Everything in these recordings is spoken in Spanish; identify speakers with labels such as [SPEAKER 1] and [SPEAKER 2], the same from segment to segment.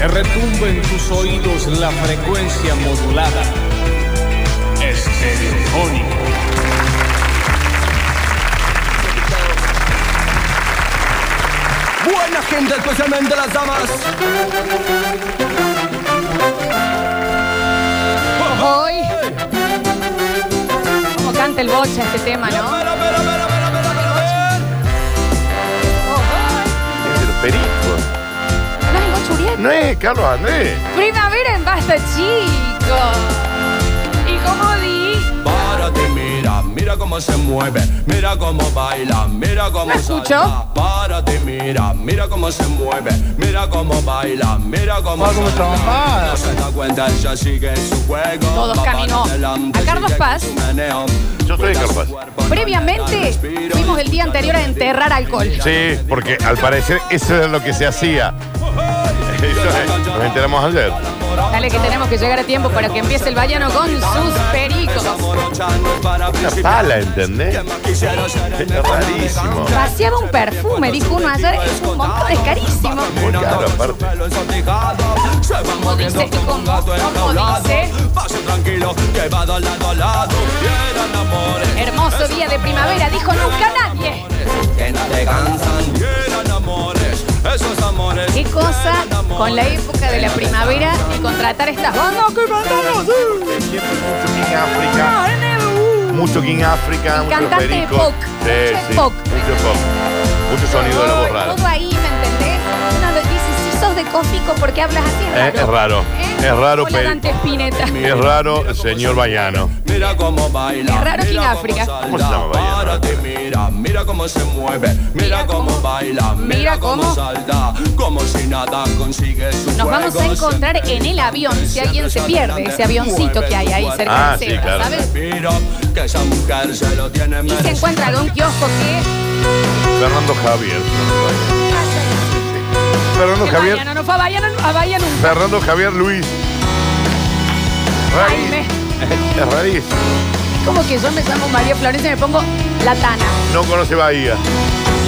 [SPEAKER 1] Retumbe en tus oídos la frecuencia modulada. Estereofónica.
[SPEAKER 2] Buena gente, especialmente las damas.
[SPEAKER 3] Hoy. Como canta el bocha este tema, ¿no?
[SPEAKER 2] Espera, espera, espera, espera, espera, espera, espera.
[SPEAKER 3] Oh,
[SPEAKER 4] Es el perico.
[SPEAKER 3] oh. No es el bocha Uriel.
[SPEAKER 4] No es Carlos Andrés.
[SPEAKER 3] Primavera en basta, chicos. Y como di,
[SPEAKER 2] Párate, mira, mira cómo se mueve, mira cómo baila, mira cómo
[SPEAKER 3] ¿La escucho?
[SPEAKER 2] salta. Párate, mira, mira cómo se mueve, mira cómo baila, mira cómo
[SPEAKER 5] como trompada.
[SPEAKER 2] No se da cuenta, ella sigue en su juego.
[SPEAKER 3] Todos
[SPEAKER 2] Va para
[SPEAKER 3] caminó
[SPEAKER 2] adelante,
[SPEAKER 3] a Carlos
[SPEAKER 2] sigue
[SPEAKER 3] Paz.
[SPEAKER 2] con su meneo.
[SPEAKER 4] Yo soy
[SPEAKER 2] Cuida
[SPEAKER 4] Carlos
[SPEAKER 2] su
[SPEAKER 4] Paz.
[SPEAKER 2] cuerpo, dale
[SPEAKER 3] previamente,
[SPEAKER 2] respiro.
[SPEAKER 3] fuimos el día anterior a enterrar alcohol.
[SPEAKER 4] Sí, porque al parecer eso era lo que se hacía. Eso es, nos enteramos ayer.
[SPEAKER 3] Dale que tenemos que llegar a tiempo para que empiece el vallano con sus pericos.
[SPEAKER 4] Una pala, ¿entendés? Es rarísimo.
[SPEAKER 3] Vaciaba un perfume, dijo uno ayer, es un montón, es carísimo.
[SPEAKER 4] Muy caro, aparte.
[SPEAKER 3] Como dice y como, como dice, hermoso día de primavera, dijo nunca nadie. Qué cosa con la época de la primavera y contratar estas bandas.
[SPEAKER 4] Mucho King África. Mucho King África, mucho
[SPEAKER 3] Cantante de
[SPEAKER 4] perico.
[SPEAKER 3] pop,
[SPEAKER 4] Sí,
[SPEAKER 3] mucho de
[SPEAKER 4] sí.
[SPEAKER 3] pop.
[SPEAKER 4] Mucho pop. Mucho sonido de la voz rara.
[SPEAKER 3] Todo ahí, ¿me entendés? Uno lo dice, si sos de Cófico, ¿por qué hablas así?
[SPEAKER 4] Eh, es raro.
[SPEAKER 3] ¿Eh?
[SPEAKER 4] Es raro,
[SPEAKER 3] Hola,
[SPEAKER 4] Peri.
[SPEAKER 3] Dante Spinetta.
[SPEAKER 4] Es raro, señor Bayano.
[SPEAKER 2] Mira cómo baila.
[SPEAKER 3] Es raro King
[SPEAKER 2] mira
[SPEAKER 3] África.
[SPEAKER 2] salta,
[SPEAKER 4] ¿Cómo se llama Bahía?
[SPEAKER 2] Párate, mira, mira cómo se mueve. Mira,
[SPEAKER 3] Mira
[SPEAKER 2] cómo,
[SPEAKER 3] cómo-
[SPEAKER 2] baila. Mira,
[SPEAKER 3] mira
[SPEAKER 2] cómo,
[SPEAKER 3] cómo-
[SPEAKER 2] salta. Como si nada consigue su
[SPEAKER 3] Nos vamos a
[SPEAKER 2] juego,
[SPEAKER 3] encontrar
[SPEAKER 2] siempre
[SPEAKER 3] en el avión si alguien se pierde, ese avioncito que hay ahí cerca
[SPEAKER 4] Ah,
[SPEAKER 3] de
[SPEAKER 4] sí,
[SPEAKER 3] Seba,
[SPEAKER 4] claro.
[SPEAKER 3] ¿sabes?
[SPEAKER 2] Respiro, que esa mujer se lo tiene
[SPEAKER 3] Y se
[SPEAKER 2] merecido.
[SPEAKER 3] encuentra con un kiosco que...
[SPEAKER 4] Fernando Javier. Fernando
[SPEAKER 3] que
[SPEAKER 4] Javier.
[SPEAKER 3] Bahía no, no fue a Bahía, no- a Bahía nunca.
[SPEAKER 4] Fernando Javier Luis.
[SPEAKER 3] Jaime.
[SPEAKER 4] Rarísimo. Es rarísimo.
[SPEAKER 3] Es como que yo me llamo María Florencia y me pongo la tana.
[SPEAKER 4] No conoce Bahía.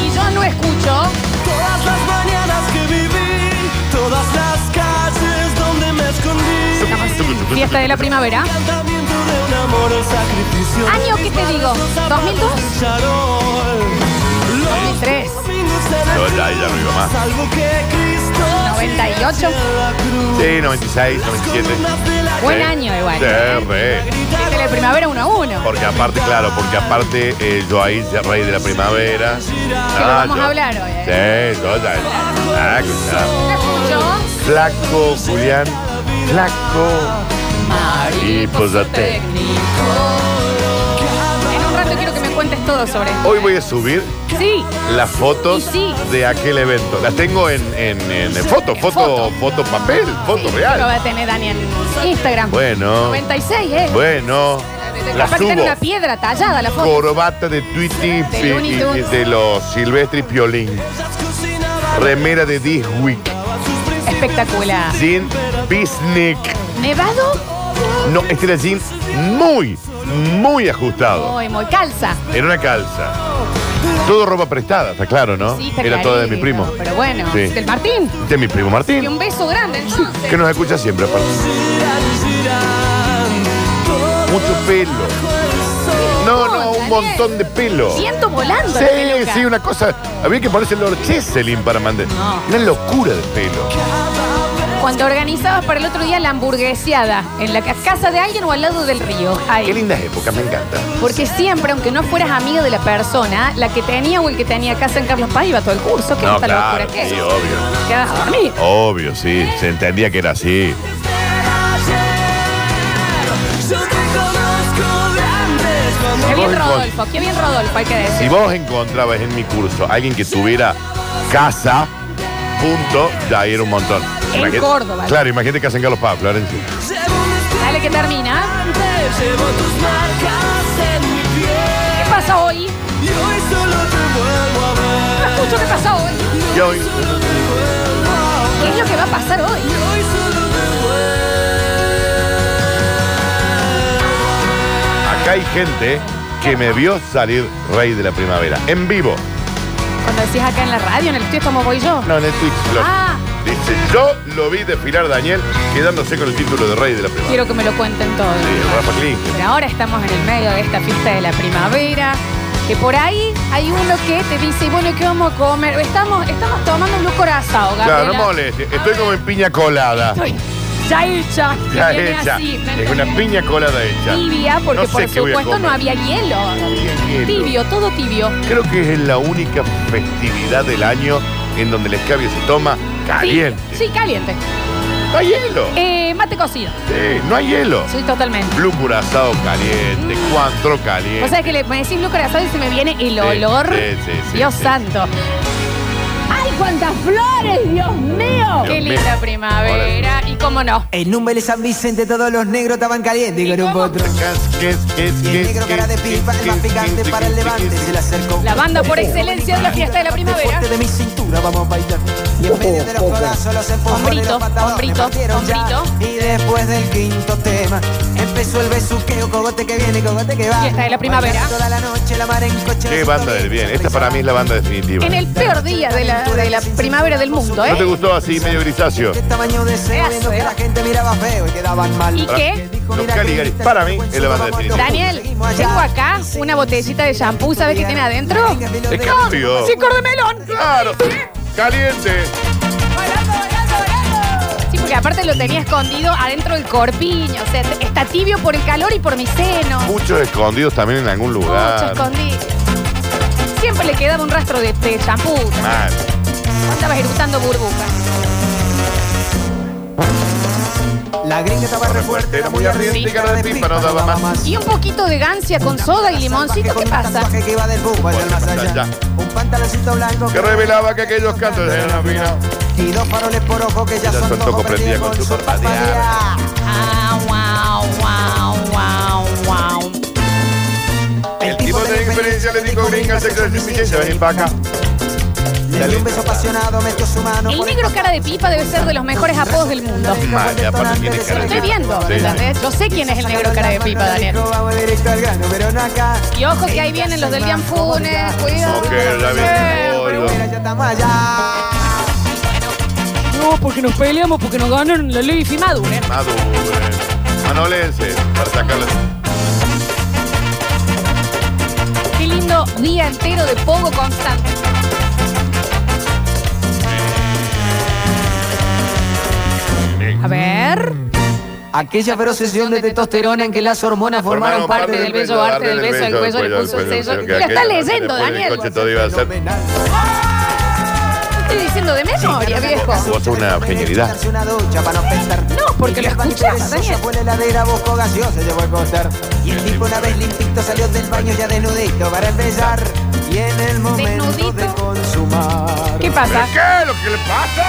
[SPEAKER 3] Y yo no escucho...
[SPEAKER 6] Todas las mañanas que viví, todas las calles donde me escondí.
[SPEAKER 3] Fiesta de la primavera.
[SPEAKER 6] Cantamiento de un amor, el sacrificio. de
[SPEAKER 3] Año, ¿qué
[SPEAKER 6] mis
[SPEAKER 3] te digo?
[SPEAKER 6] manos, los
[SPEAKER 3] 2002.
[SPEAKER 6] zapatos de charol. Los
[SPEAKER 3] 2003.
[SPEAKER 6] domingos en el
[SPEAKER 4] No, ya, ya no iba más.
[SPEAKER 6] Salvo que Cristo
[SPEAKER 3] 98.
[SPEAKER 6] en la cruz.
[SPEAKER 4] Sí, 96, 97.
[SPEAKER 6] Columnas de la
[SPEAKER 3] Buen
[SPEAKER 4] Sí.
[SPEAKER 3] año igual.
[SPEAKER 4] Sí, re.
[SPEAKER 3] Fiesta de la primavera uno a uno.
[SPEAKER 4] Porque aparte, claro, porque aparte eh, yo ahí ya rey de la primavera. Ah,
[SPEAKER 3] lo vamos
[SPEAKER 4] yo-
[SPEAKER 3] a hablar hoy, eh.
[SPEAKER 4] Sí, yo ya. Ah, que está.
[SPEAKER 3] No escucho...
[SPEAKER 4] Flaco, Julián. Flaco.
[SPEAKER 3] Mariposa
[SPEAKER 4] Mariposa
[SPEAKER 3] técnico. En un rato quiero que me cuentes todo sobre esto.
[SPEAKER 4] Hoy voy a subir
[SPEAKER 3] Sí.
[SPEAKER 4] las fotos
[SPEAKER 3] Y sí.
[SPEAKER 4] de aquel evento. Las tengo en, en, en- en foto,
[SPEAKER 3] foto.
[SPEAKER 4] foto, foto papel, foto
[SPEAKER 3] Lo va
[SPEAKER 4] real.
[SPEAKER 3] a tener Dani en Instagram.
[SPEAKER 4] Bueno,
[SPEAKER 3] 96, ¿eh?
[SPEAKER 4] bueno. La
[SPEAKER 3] Capaz que tiene
[SPEAKER 4] subo.
[SPEAKER 3] una piedra tallada la foto.
[SPEAKER 4] Corbata de Tweety
[SPEAKER 3] De
[SPEAKER 4] y-
[SPEAKER 3] Looney
[SPEAKER 4] y- y
[SPEAKER 3] Tunes.
[SPEAKER 4] de los Silvestri Piolín. Remera de Diswick.
[SPEAKER 3] Espectacular.
[SPEAKER 4] Jean Bisnick.
[SPEAKER 3] ¿Nevado?
[SPEAKER 4] No, este era jean muy, muy ajustado.
[SPEAKER 3] Muy, muy. Calza.
[SPEAKER 4] Era una calza. Todo ropa prestada, está claro, ¿no?
[SPEAKER 3] Sí, está
[SPEAKER 4] Era todo de mi
[SPEAKER 3] clarito,
[SPEAKER 4] primo.
[SPEAKER 3] Pero bueno,
[SPEAKER 4] Sí.
[SPEAKER 3] del Martín.
[SPEAKER 4] De mi primo
[SPEAKER 3] Y un
[SPEAKER 4] Martín,
[SPEAKER 3] beso grande, entonces.
[SPEAKER 4] que nos escucha siempre. aparte. Mucho pelo. No, no, un montón de pelo.
[SPEAKER 3] Siento volando. la
[SPEAKER 4] Sí,
[SPEAKER 3] peluca.
[SPEAKER 4] sí, una cosa. Había que ponerse el Lord Cheselin para mandar.
[SPEAKER 3] No.
[SPEAKER 4] Una locura de pelo.
[SPEAKER 3] Cuando organizabas para el otro día la hamburgueseada en la ca- casa de alguien o al lado del río. Ahí.
[SPEAKER 4] Qué lindas épocas, me encanta.
[SPEAKER 3] Porque siempre, aunque no fueras amigo de la persona, la que tenía o el que tenía casa en Carlos Paz iba todo el curso. ¿Qué
[SPEAKER 4] No,
[SPEAKER 3] esta locura?
[SPEAKER 4] claro,
[SPEAKER 3] ¿Qué?
[SPEAKER 4] sí, obvio.
[SPEAKER 3] Quedás a dormir.
[SPEAKER 4] Obvio, sí, se entendía que era así.
[SPEAKER 6] Yo te conozco de antes, cuando
[SPEAKER 3] Qué bien
[SPEAKER 4] vos
[SPEAKER 3] Rodolfo, qué bien Rodolfo, hay que decir.
[SPEAKER 4] Si vos encontrabas en mi curso alguien que tuviera casa, punto, ya era un montón.
[SPEAKER 3] En Córdoba.
[SPEAKER 4] Claro, imagínate que hacen Carlos Paz, Florencia.
[SPEAKER 6] llevo un
[SPEAKER 3] Dale que termina.
[SPEAKER 6] instante, llevo tus marcas en mi piel.
[SPEAKER 3] ¿Qué pasa hoy?
[SPEAKER 6] Y hoy solo te vuelvo a ver.
[SPEAKER 3] No escucho qué pasa hoy.
[SPEAKER 4] Y hoy,
[SPEAKER 3] ¿Qué es lo que va a pasar hoy?
[SPEAKER 6] Hoy solo te
[SPEAKER 4] acá hay gente que me vio salir rey de la primavera, en vivo.
[SPEAKER 3] Cuando decís acá en la radio, en el estudio, como voy yo.
[SPEAKER 4] No, en el Twitch, Flor.
[SPEAKER 3] Ah.
[SPEAKER 4] Dice, yo lo vi desfilar Daniel quedándose con el título de rey de la primavera.
[SPEAKER 3] Quiero que me lo cuenten todo.
[SPEAKER 4] Sí, el Rafa Klink.
[SPEAKER 3] Pero ahora estamos en el medio de esta fiesta de la primavera. Que por ahí hay uno que te dice, bueno, ¿qué vamos a comer? Estamos, estamos tomando un lucor asado,
[SPEAKER 4] Claro, no
[SPEAKER 3] Gabriela.
[SPEAKER 4] moleste. Estoy como en piña colada.
[SPEAKER 3] Estoy ya hecha.
[SPEAKER 4] Ya
[SPEAKER 3] Viene
[SPEAKER 4] hecha.
[SPEAKER 3] así, ¿me
[SPEAKER 4] es una
[SPEAKER 3] entendés?
[SPEAKER 4] piña colada hecha.
[SPEAKER 3] Tibia, porque
[SPEAKER 4] No sé
[SPEAKER 3] por
[SPEAKER 4] qué voy a
[SPEAKER 3] supuesto no
[SPEAKER 4] comer.
[SPEAKER 3] había hielo.
[SPEAKER 4] había hielo.
[SPEAKER 3] Tibio, todo tibio.
[SPEAKER 4] Creo que es la única festividad del año en donde el escabio se toma caliente.
[SPEAKER 3] Sí, sí, caliente.
[SPEAKER 4] No hay hielo.
[SPEAKER 3] Eh, mate cocido.
[SPEAKER 4] Sí, no hay hielo.
[SPEAKER 3] Soy totalmente.
[SPEAKER 4] Blue curazao caliente, cuatro caliente.
[SPEAKER 3] Mm. O sea que le, me decís lucor asado y se me viene el olor.
[SPEAKER 4] sí, sí, sí,
[SPEAKER 3] Dios
[SPEAKER 4] sí.
[SPEAKER 3] santo. ¡Ay, cuántas flores! ¡Dios mío!
[SPEAKER 4] Dios
[SPEAKER 3] ¡Qué
[SPEAKER 4] mío.
[SPEAKER 3] linda primavera! Y cómo no.
[SPEAKER 5] En un Vélez San Vicente todos los negros estaban calientes
[SPEAKER 3] ¿Y
[SPEAKER 5] con un
[SPEAKER 3] cómo?
[SPEAKER 5] potro.
[SPEAKER 4] Que es, que es,
[SPEAKER 5] Y
[SPEAKER 4] que
[SPEAKER 5] el
[SPEAKER 4] es,
[SPEAKER 5] negro
[SPEAKER 4] que
[SPEAKER 5] cara de
[SPEAKER 4] es,
[SPEAKER 5] pipa,
[SPEAKER 4] que
[SPEAKER 5] el más
[SPEAKER 4] es,
[SPEAKER 5] picante
[SPEAKER 4] que es,
[SPEAKER 5] para el
[SPEAKER 4] que es,
[SPEAKER 5] levante, se le acercó.
[SPEAKER 3] La banda por excelencia de la fiesta de la primavera.
[SPEAKER 5] Fuerte de mi cintura vamos a bailar. Y en medio de los codazos, los empujones,
[SPEAKER 3] Hombrito,
[SPEAKER 5] los patadones
[SPEAKER 3] hombrito,
[SPEAKER 5] partieron ya.
[SPEAKER 3] hombrito.
[SPEAKER 5] Y después del quinto tema, empezó el besuqueo, cogote que viene, cogote que va.
[SPEAKER 3] Fiesta de la primavera.
[SPEAKER 5] Bailando Toda la noche, la mar en coche.
[SPEAKER 4] Qué banda del bien. Esta para mí es la banda definitiva.
[SPEAKER 3] En el peor día de la, de la primavera del mundo,
[SPEAKER 4] ¿No te
[SPEAKER 3] ¿eh?
[SPEAKER 4] gustó así, medio grisáceo?
[SPEAKER 5] Qué tamaño de sereno
[SPEAKER 3] Eso
[SPEAKER 5] que
[SPEAKER 3] era.
[SPEAKER 5] la gente miraba feo y quedaban mal.
[SPEAKER 3] ¿Y qué?
[SPEAKER 4] Los Caligaris. Para mí es la banda definitiva.
[SPEAKER 3] Daniel, tengo acá una botellita de shampoo. ¿Sabes qué tiene adentro?
[SPEAKER 4] Es cambio.
[SPEAKER 3] ¡Chicor de melón!
[SPEAKER 4] Claro. Caliente.
[SPEAKER 3] Bailando, bailando, bailando. Sí, porque aparte lo tenía escondido adentro del corpiño. O sea, está tibio por el calor y por mis senos.
[SPEAKER 4] Muchos escondidos también en algún
[SPEAKER 3] Mucho
[SPEAKER 4] lugar.
[SPEAKER 3] escondido. Siempre le quedaba un rastro de, de shampoo.
[SPEAKER 4] Mal.
[SPEAKER 3] Andabas eructando burbujas.
[SPEAKER 5] La gringa estaba re fuerte, era muy ardiente,
[SPEAKER 4] Sí. No daba más.
[SPEAKER 3] Y un poquito de gancia con soda y limoncito. ¿Qué pasa?
[SPEAKER 5] Que iba del bus, allá al más allá. Un pantaloncito blanco
[SPEAKER 4] Que revelaba que aquellos cantos eran la final.
[SPEAKER 5] Y dos faroles por ojo que ya
[SPEAKER 4] Ya
[SPEAKER 5] son
[SPEAKER 4] son
[SPEAKER 5] toco
[SPEAKER 4] toco prendía con su parpadear.
[SPEAKER 3] Ah, wow, wow, wow, wow.
[SPEAKER 4] El tipo de experiencia le dijo gringa, sexo es insuficiencia, ven pa' acá.
[SPEAKER 5] Le dio un beso apasionado, metió su mano.
[SPEAKER 3] El
[SPEAKER 5] por
[SPEAKER 3] negro cara de pipa debe ser de los mejores apodos del mundo.
[SPEAKER 4] Mal, y aparte tiene cara de
[SPEAKER 3] Estoy
[SPEAKER 4] pipa.
[SPEAKER 3] viendo,
[SPEAKER 4] Sí.
[SPEAKER 3] ¿entendés? Yo sé quién es el negro cara de pipa, Daniel.
[SPEAKER 5] Vamos directo al grano, pero no acá.
[SPEAKER 3] Y ojo que ahí vienen los del Bian Funes, cuidado.
[SPEAKER 4] Ok, la
[SPEAKER 3] Eh,
[SPEAKER 4] vi.
[SPEAKER 3] pero-
[SPEAKER 5] Mira, ya estamos allá.
[SPEAKER 3] No, porque nos peleamos, porque nos ganaron la ley Fimadure.
[SPEAKER 4] Madure. Manolense, para sacarle.
[SPEAKER 3] Qué lindo día entero de pogo constante. A ver.
[SPEAKER 5] Aquella feroz sesión de testosterona en que las hormonas formaron
[SPEAKER 4] Formaron
[SPEAKER 5] parte del
[SPEAKER 3] beso, arte del beso, el cuello le puso el sello.
[SPEAKER 4] que
[SPEAKER 3] La está
[SPEAKER 4] aquella-
[SPEAKER 3] leyendo,
[SPEAKER 4] después del
[SPEAKER 3] Daniel.
[SPEAKER 4] coche todo iba a ser-
[SPEAKER 3] ¿Qué estoy diciendo de memoria, viejo?
[SPEAKER 4] Vos sos una genialidad.
[SPEAKER 5] No,
[SPEAKER 3] porque lo escuchás, Daniel.
[SPEAKER 5] Fue la heladera, buscó gaseosa, llevó a costar. Y el tipo una vez limpito salió del baño ya desnudito para empezar. Y en el momento de
[SPEAKER 3] ¿Desnudito?
[SPEAKER 5] consumar.
[SPEAKER 3] ¿Qué pasa?
[SPEAKER 4] ¿Qué es lo que le pasa?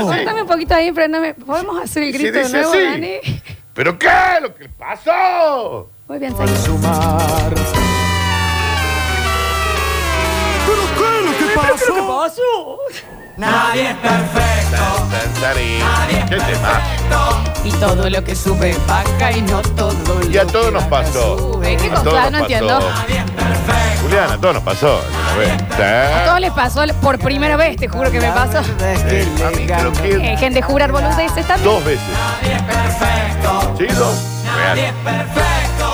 [SPEAKER 3] Cortame un poquito ahí, prendame. ¿Podemos hacer el
[SPEAKER 4] Si
[SPEAKER 3] grito de
[SPEAKER 4] dice
[SPEAKER 3] nuevo,
[SPEAKER 4] así.
[SPEAKER 3] Dani?
[SPEAKER 4] ¿Pero qué es lo que le pasó?
[SPEAKER 3] Muy bien, seguí.
[SPEAKER 5] Consumar. Nadie es perfecto.
[SPEAKER 4] ¿Qué tema?
[SPEAKER 3] Y todo lo que sube baja y no todo
[SPEAKER 4] Y a todos nos pasó.
[SPEAKER 3] sube. ¿Qué
[SPEAKER 4] A todos
[SPEAKER 3] cosa?
[SPEAKER 4] nos
[SPEAKER 3] No
[SPEAKER 4] pasó.
[SPEAKER 3] entiendo.
[SPEAKER 4] Juliana, a todos nos pasó. alguna vez.
[SPEAKER 3] A todos les pasó por primera vez, te juro que me pasó.
[SPEAKER 4] Eh, a mí creo que
[SPEAKER 3] Eh, gente, jurar boludeces también.
[SPEAKER 4] dos veces. ¿Sí? Dos. Real.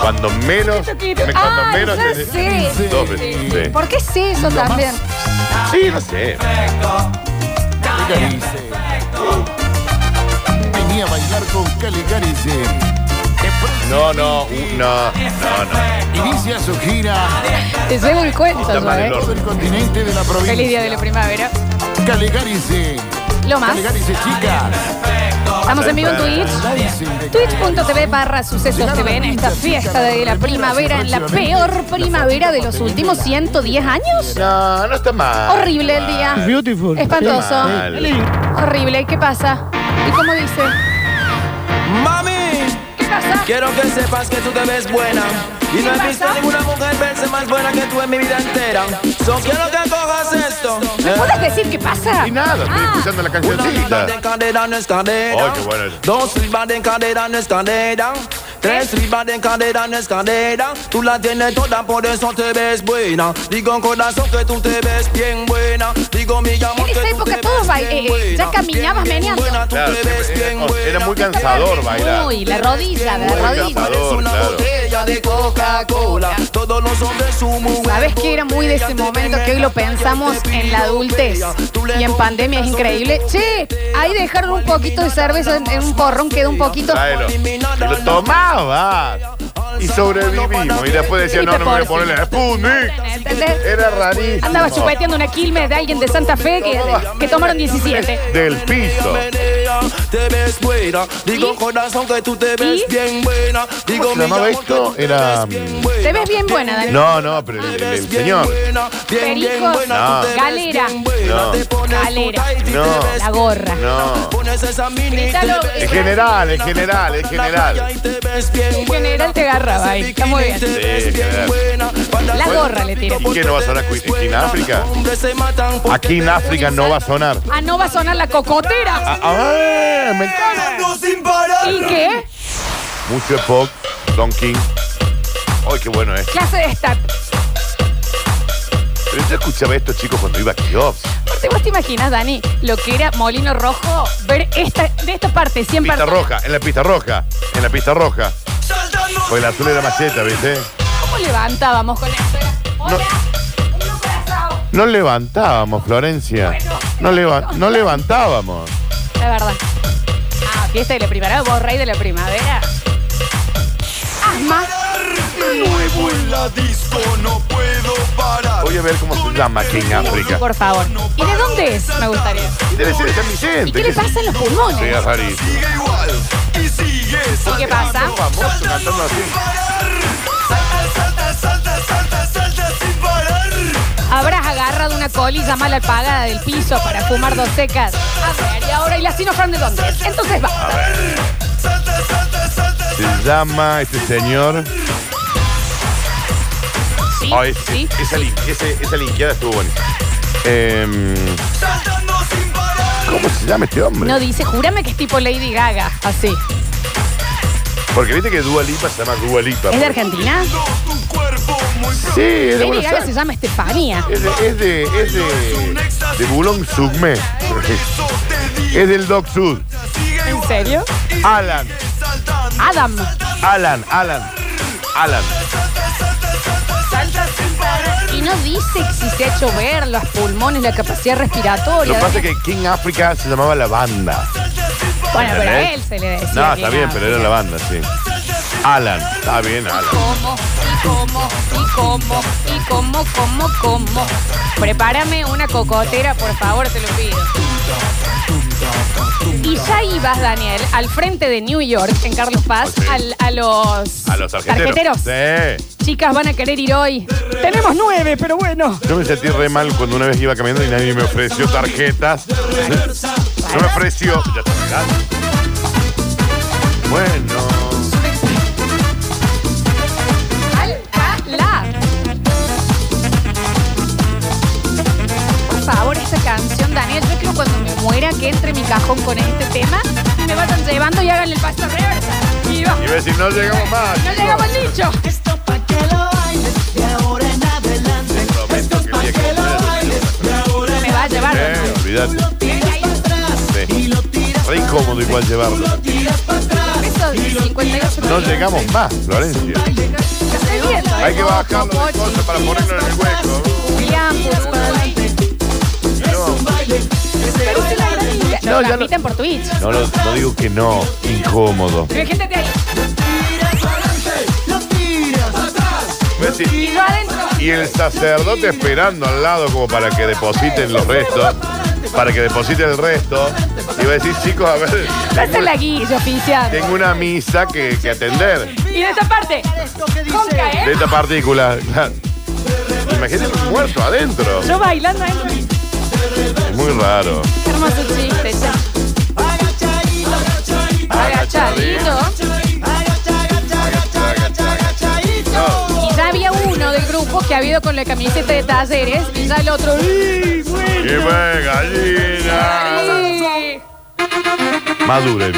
[SPEAKER 4] Cuando menos. me- Cuando
[SPEAKER 3] Ah,
[SPEAKER 4] menos.
[SPEAKER 3] ya
[SPEAKER 4] te-
[SPEAKER 3] sé.
[SPEAKER 4] Dos veces. sí.
[SPEAKER 3] ¿Por qué es eso también?
[SPEAKER 4] Sí, no sé.
[SPEAKER 7] Caligari dice. Venía a bailar con Caligari dice.
[SPEAKER 4] No, no, u- no, no, no.
[SPEAKER 7] Inicia su gira
[SPEAKER 3] Te llevo el cuento
[SPEAKER 4] Está
[SPEAKER 3] yo,
[SPEAKER 4] mal el
[SPEAKER 3] ¿eh?
[SPEAKER 4] orden.
[SPEAKER 7] por el continente de la provincia.
[SPEAKER 3] Feliz día de la primavera.
[SPEAKER 7] Caligari dice.
[SPEAKER 3] Lo más.
[SPEAKER 7] Caligari dice, chicas.
[SPEAKER 3] Estamos en vivo en Twitch. Twitch.tv barra sucesos TV en esta fiesta de la primavera, en la peor primavera de los últimos 110 años.
[SPEAKER 4] No, no está mal.
[SPEAKER 3] Horrible el día.
[SPEAKER 8] Beautiful.
[SPEAKER 3] Espantoso.
[SPEAKER 4] Mal.
[SPEAKER 3] Horrible. ¿Qué pasa? ¿Y cómo dice?
[SPEAKER 6] Mami,
[SPEAKER 3] ¿Qué pasa?
[SPEAKER 6] quiero que sepas que tú te ves buena. Y no
[SPEAKER 3] ¿Qué
[SPEAKER 6] he visto
[SPEAKER 3] pasa?
[SPEAKER 6] ninguna mujer verse más buena que tú en mi vida entera. So quiero que cojas esto.
[SPEAKER 3] ¿Me puedes decir qué pasa?
[SPEAKER 4] Y nada, estoy
[SPEAKER 3] Ah,
[SPEAKER 4] escuchando la
[SPEAKER 6] Una nalga de
[SPEAKER 4] cancioncita.
[SPEAKER 6] cadera no es cadera.
[SPEAKER 4] Ay, qué bueno.
[SPEAKER 6] Dos silbas de cadera no es cadera. Tres libras de cadera en escalera. Tú la tienes toda, por eso te ves buena. Digo corazón que tú te ves bien buena. Digo mi amor
[SPEAKER 3] En
[SPEAKER 6] que
[SPEAKER 3] esa
[SPEAKER 6] tú
[SPEAKER 3] época
[SPEAKER 6] te
[SPEAKER 3] todos
[SPEAKER 6] ves
[SPEAKER 3] ba-
[SPEAKER 6] bien
[SPEAKER 3] eh, eh,
[SPEAKER 6] buena.
[SPEAKER 3] ya caminabas
[SPEAKER 6] Bien, bien
[SPEAKER 3] meneando.
[SPEAKER 6] buena, tú
[SPEAKER 4] Claro,
[SPEAKER 6] te
[SPEAKER 4] siempre
[SPEAKER 6] ves
[SPEAKER 4] era,
[SPEAKER 6] bien buena.
[SPEAKER 4] era muy cansador bailar.
[SPEAKER 3] Uy, la rodilla, la
[SPEAKER 4] Muy
[SPEAKER 3] rodilla.
[SPEAKER 4] cansador.
[SPEAKER 6] Es una
[SPEAKER 4] claro.
[SPEAKER 6] botella de Coca-Cola. Todos los hombres su mujer.
[SPEAKER 3] ¿Sabes qué era muy de ese momento que hoy lo pensamos en la adultez y en pandemia es increíble? Che, ahí dejaron un poquito de cerveza en, en un porrón, queda un poquito.
[SPEAKER 4] Tráelo. Y lo tomaba. Y sobrevivimos. Y después decía, no, no me voy a poner la Sputnik.
[SPEAKER 3] ¿Entendés?
[SPEAKER 4] Era rarísimo.
[SPEAKER 3] Andaba chupeteando una quilmes de alguien de Santa Fe que, que tomaron 17.
[SPEAKER 4] Del piso.
[SPEAKER 6] Te ves buena. Digo
[SPEAKER 3] ¿Y?
[SPEAKER 6] corazón que tú te ves
[SPEAKER 3] ¿Y?
[SPEAKER 6] bien buena. Digo
[SPEAKER 4] se llamaba
[SPEAKER 6] mi amor que
[SPEAKER 4] esto?
[SPEAKER 6] tú te
[SPEAKER 4] Era,
[SPEAKER 6] ves bien
[SPEAKER 4] mm,
[SPEAKER 6] buena.
[SPEAKER 3] Te ves bien buena, Dani.
[SPEAKER 4] No, no, pero el,
[SPEAKER 6] Te
[SPEAKER 4] el-
[SPEAKER 6] ves
[SPEAKER 4] el
[SPEAKER 6] bien
[SPEAKER 4] señor.
[SPEAKER 6] buena, bien, bien
[SPEAKER 3] Pericos.
[SPEAKER 6] buena, tú te
[SPEAKER 4] No.
[SPEAKER 6] ves
[SPEAKER 3] Galera.
[SPEAKER 6] bien buena,
[SPEAKER 4] No.
[SPEAKER 6] te pones tu
[SPEAKER 3] Galera.
[SPEAKER 6] tight y te
[SPEAKER 4] No.
[SPEAKER 6] ves
[SPEAKER 3] La gorra.
[SPEAKER 4] No.
[SPEAKER 6] Pones esa mini,
[SPEAKER 3] Grítalo,
[SPEAKER 6] te ves
[SPEAKER 3] eh.
[SPEAKER 4] En general, en general, en general.
[SPEAKER 3] En general te agarraba ahí. Está muy bien. La gorra le tira.
[SPEAKER 4] ¿Y qué no va a sonar aquí aquí en África? Aquí en África no va a sonar.
[SPEAKER 3] Ah, no va a sonar la cocotera.
[SPEAKER 4] Ah, ah, me encanta.
[SPEAKER 3] ¿Y qué?
[SPEAKER 4] Mucho pop, Don King. Ay, qué bueno eh. es.
[SPEAKER 3] Clase de stat.
[SPEAKER 4] Pero yo escuchaba esto, chicos, cuando iba a Kiosk.
[SPEAKER 3] Aparte, ¿Vos te imaginas, Dani, lo que era Molino Rojo? Ver esta, de esta parte, siempre.
[SPEAKER 4] Pista roja, en la pista roja, en la pista roja. Pues el azul era maceta, ¿viste?
[SPEAKER 3] ¿Cómo levantábamos con esto? Era, Hola, un loco asado.
[SPEAKER 4] No levantábamos, Florencia. No, leva- no levantábamos.
[SPEAKER 3] La verdad. Ah, fiesta de la primavera, vos rey de la primavera. Asma.
[SPEAKER 6] Nuevo en la disco, no puedo parar.
[SPEAKER 4] Voy a ver cómo se llama aquí en África.
[SPEAKER 3] Por favor. ¿Y de dónde es? Me gustaría.
[SPEAKER 4] Debe ser de San Vicente.
[SPEAKER 3] ¿Y qué le
[SPEAKER 4] que-
[SPEAKER 3] pasa en los
[SPEAKER 4] Sí,
[SPEAKER 3] pulmones?
[SPEAKER 4] es rarísimo.
[SPEAKER 6] Sigue igual y sigue
[SPEAKER 3] ¿Y qué
[SPEAKER 6] saltando.
[SPEAKER 3] pasa?
[SPEAKER 4] Famoso cantando así.
[SPEAKER 6] Salta, salta, salta, salta, salta sin parar.
[SPEAKER 3] Habrás agarrado una colilla mal apagada del piso para fumar dos secas. A ver, y ahora, ¿y la sinofran de dónde es? Entonces va.
[SPEAKER 6] Salta, salta, salta,
[SPEAKER 4] Se llama este señor. Ah,
[SPEAKER 3] Sí,
[SPEAKER 4] Ay, ese-
[SPEAKER 3] sí.
[SPEAKER 4] esa, lin- ese- esa linkeada estuvo bonita. Em,
[SPEAKER 6] saltando sin parar.
[SPEAKER 4] ¿Cómo se llama este hombre?
[SPEAKER 3] No dice, júrame que es tipo Lady Gaga. Así.
[SPEAKER 4] Porque viste que Dua Lipa se llama Dua Lipa.
[SPEAKER 3] ¿Es de Argentina?
[SPEAKER 6] Tu cuerpo muy pro-
[SPEAKER 4] Sí, es de
[SPEAKER 3] Lady
[SPEAKER 4] Buenos
[SPEAKER 3] Gaga se
[SPEAKER 4] Aires.
[SPEAKER 3] llama Estefanía.
[SPEAKER 4] Es de, es de, es de, de Boulogne Sugme.
[SPEAKER 6] Por eso te digo,
[SPEAKER 4] Es del Doc Sud.
[SPEAKER 6] sigue
[SPEAKER 3] ¿En
[SPEAKER 6] igual
[SPEAKER 3] serio?
[SPEAKER 4] Alan,
[SPEAKER 6] saltando.
[SPEAKER 3] Adam.
[SPEAKER 4] Alan, Alan, Alan.
[SPEAKER 6] Salta sin parar.
[SPEAKER 3] Y no dice si se ha hecho ver los pulmones, la capacidad
[SPEAKER 4] Lo
[SPEAKER 3] respiratoria.
[SPEAKER 4] que pasa es que King Africa se llamaba la banda.
[SPEAKER 3] Bueno, pero a
[SPEAKER 4] ¿entendés?
[SPEAKER 3] él se le decía. que
[SPEAKER 4] No, está
[SPEAKER 3] era-
[SPEAKER 4] bien, pero era la banda, sí. Alan, está bien, Alan.
[SPEAKER 3] Como, y como, y como, y como, como, como. Prepárame una cocotera, por favor, te lo pido. Y ya ibas, Daniel, al frente de New York, en Carlos Paz,
[SPEAKER 4] Ok.
[SPEAKER 3] al- a los,
[SPEAKER 4] A los tarjeteros. Sí.
[SPEAKER 3] Chicas van a querer ir hoy. Tenemos nueve, pero bueno.
[SPEAKER 4] Yo me sentí re mal cuando una vez iba caminando y nadie me ofreció tarjetas. No me ofreció. Ya está, mirá. Bueno.
[SPEAKER 3] Alcalá. Por favor, esta canción, Daniel, yo quiero cuando me muera que entre mi cajón con este tema y me vayan llevando y hagan el paso reversa. Y va-
[SPEAKER 4] Y iba a decir, no llegamos más.
[SPEAKER 3] No llegamos al nicho.
[SPEAKER 8] Esto pa' que lo bailes de ahora en adelante. Esto
[SPEAKER 4] Prometo que
[SPEAKER 8] pa'
[SPEAKER 4] el día que
[SPEAKER 8] que lo bailes de ahora en
[SPEAKER 3] Me va a llevar.
[SPEAKER 4] Eh,
[SPEAKER 3] Daniel.
[SPEAKER 4] olvidate.
[SPEAKER 8] Lo tiras para atrás y
[SPEAKER 4] Sí.
[SPEAKER 8] lo tiras
[SPEAKER 4] Re
[SPEAKER 8] para
[SPEAKER 4] incómodo igual llevarlo.
[SPEAKER 8] Lo tiras para atrás.
[SPEAKER 3] Eso de 58
[SPEAKER 4] No llegamos más, Florencia.
[SPEAKER 3] Lo estoy viendo.
[SPEAKER 4] Hay que
[SPEAKER 3] Coco,
[SPEAKER 4] bajarlo de
[SPEAKER 3] Pochi,
[SPEAKER 4] cosas para ponerlo en el hueco.
[SPEAKER 3] Julián, Uruguay. Pero usted la gran idea.
[SPEAKER 4] No,
[SPEAKER 3] Lo
[SPEAKER 4] ya no-
[SPEAKER 3] transmiten por Twitch.
[SPEAKER 4] No, lo- no digo que no, incómodo.
[SPEAKER 3] Pero hay gente de ahí.
[SPEAKER 4] Messi.
[SPEAKER 3] Y yo adentro.
[SPEAKER 4] Y el sacerdote esperando al lado como para que depositen los restos. Para que depositen el resto. Y va a decir, chicos, a ver,
[SPEAKER 3] Esa es la guilla oficial.
[SPEAKER 4] tengo una misa que, que atender
[SPEAKER 3] Y de esta parte, conca,
[SPEAKER 4] de
[SPEAKER 3] ¿eh?
[SPEAKER 4] esta partícula. Imagínate un muerto adentro.
[SPEAKER 3] Yo bailando ahí.
[SPEAKER 4] Es muy raro.
[SPEAKER 3] Qué hermoso chiste, ya. Agachadito. Y ya había uno del grupo que ha habido con la camiseta de talleres. Y ya el otro. ¡Uy,
[SPEAKER 4] Y
[SPEAKER 3] bueno!
[SPEAKER 4] ve gallina.
[SPEAKER 3] ¡Ay!
[SPEAKER 4] Maduren.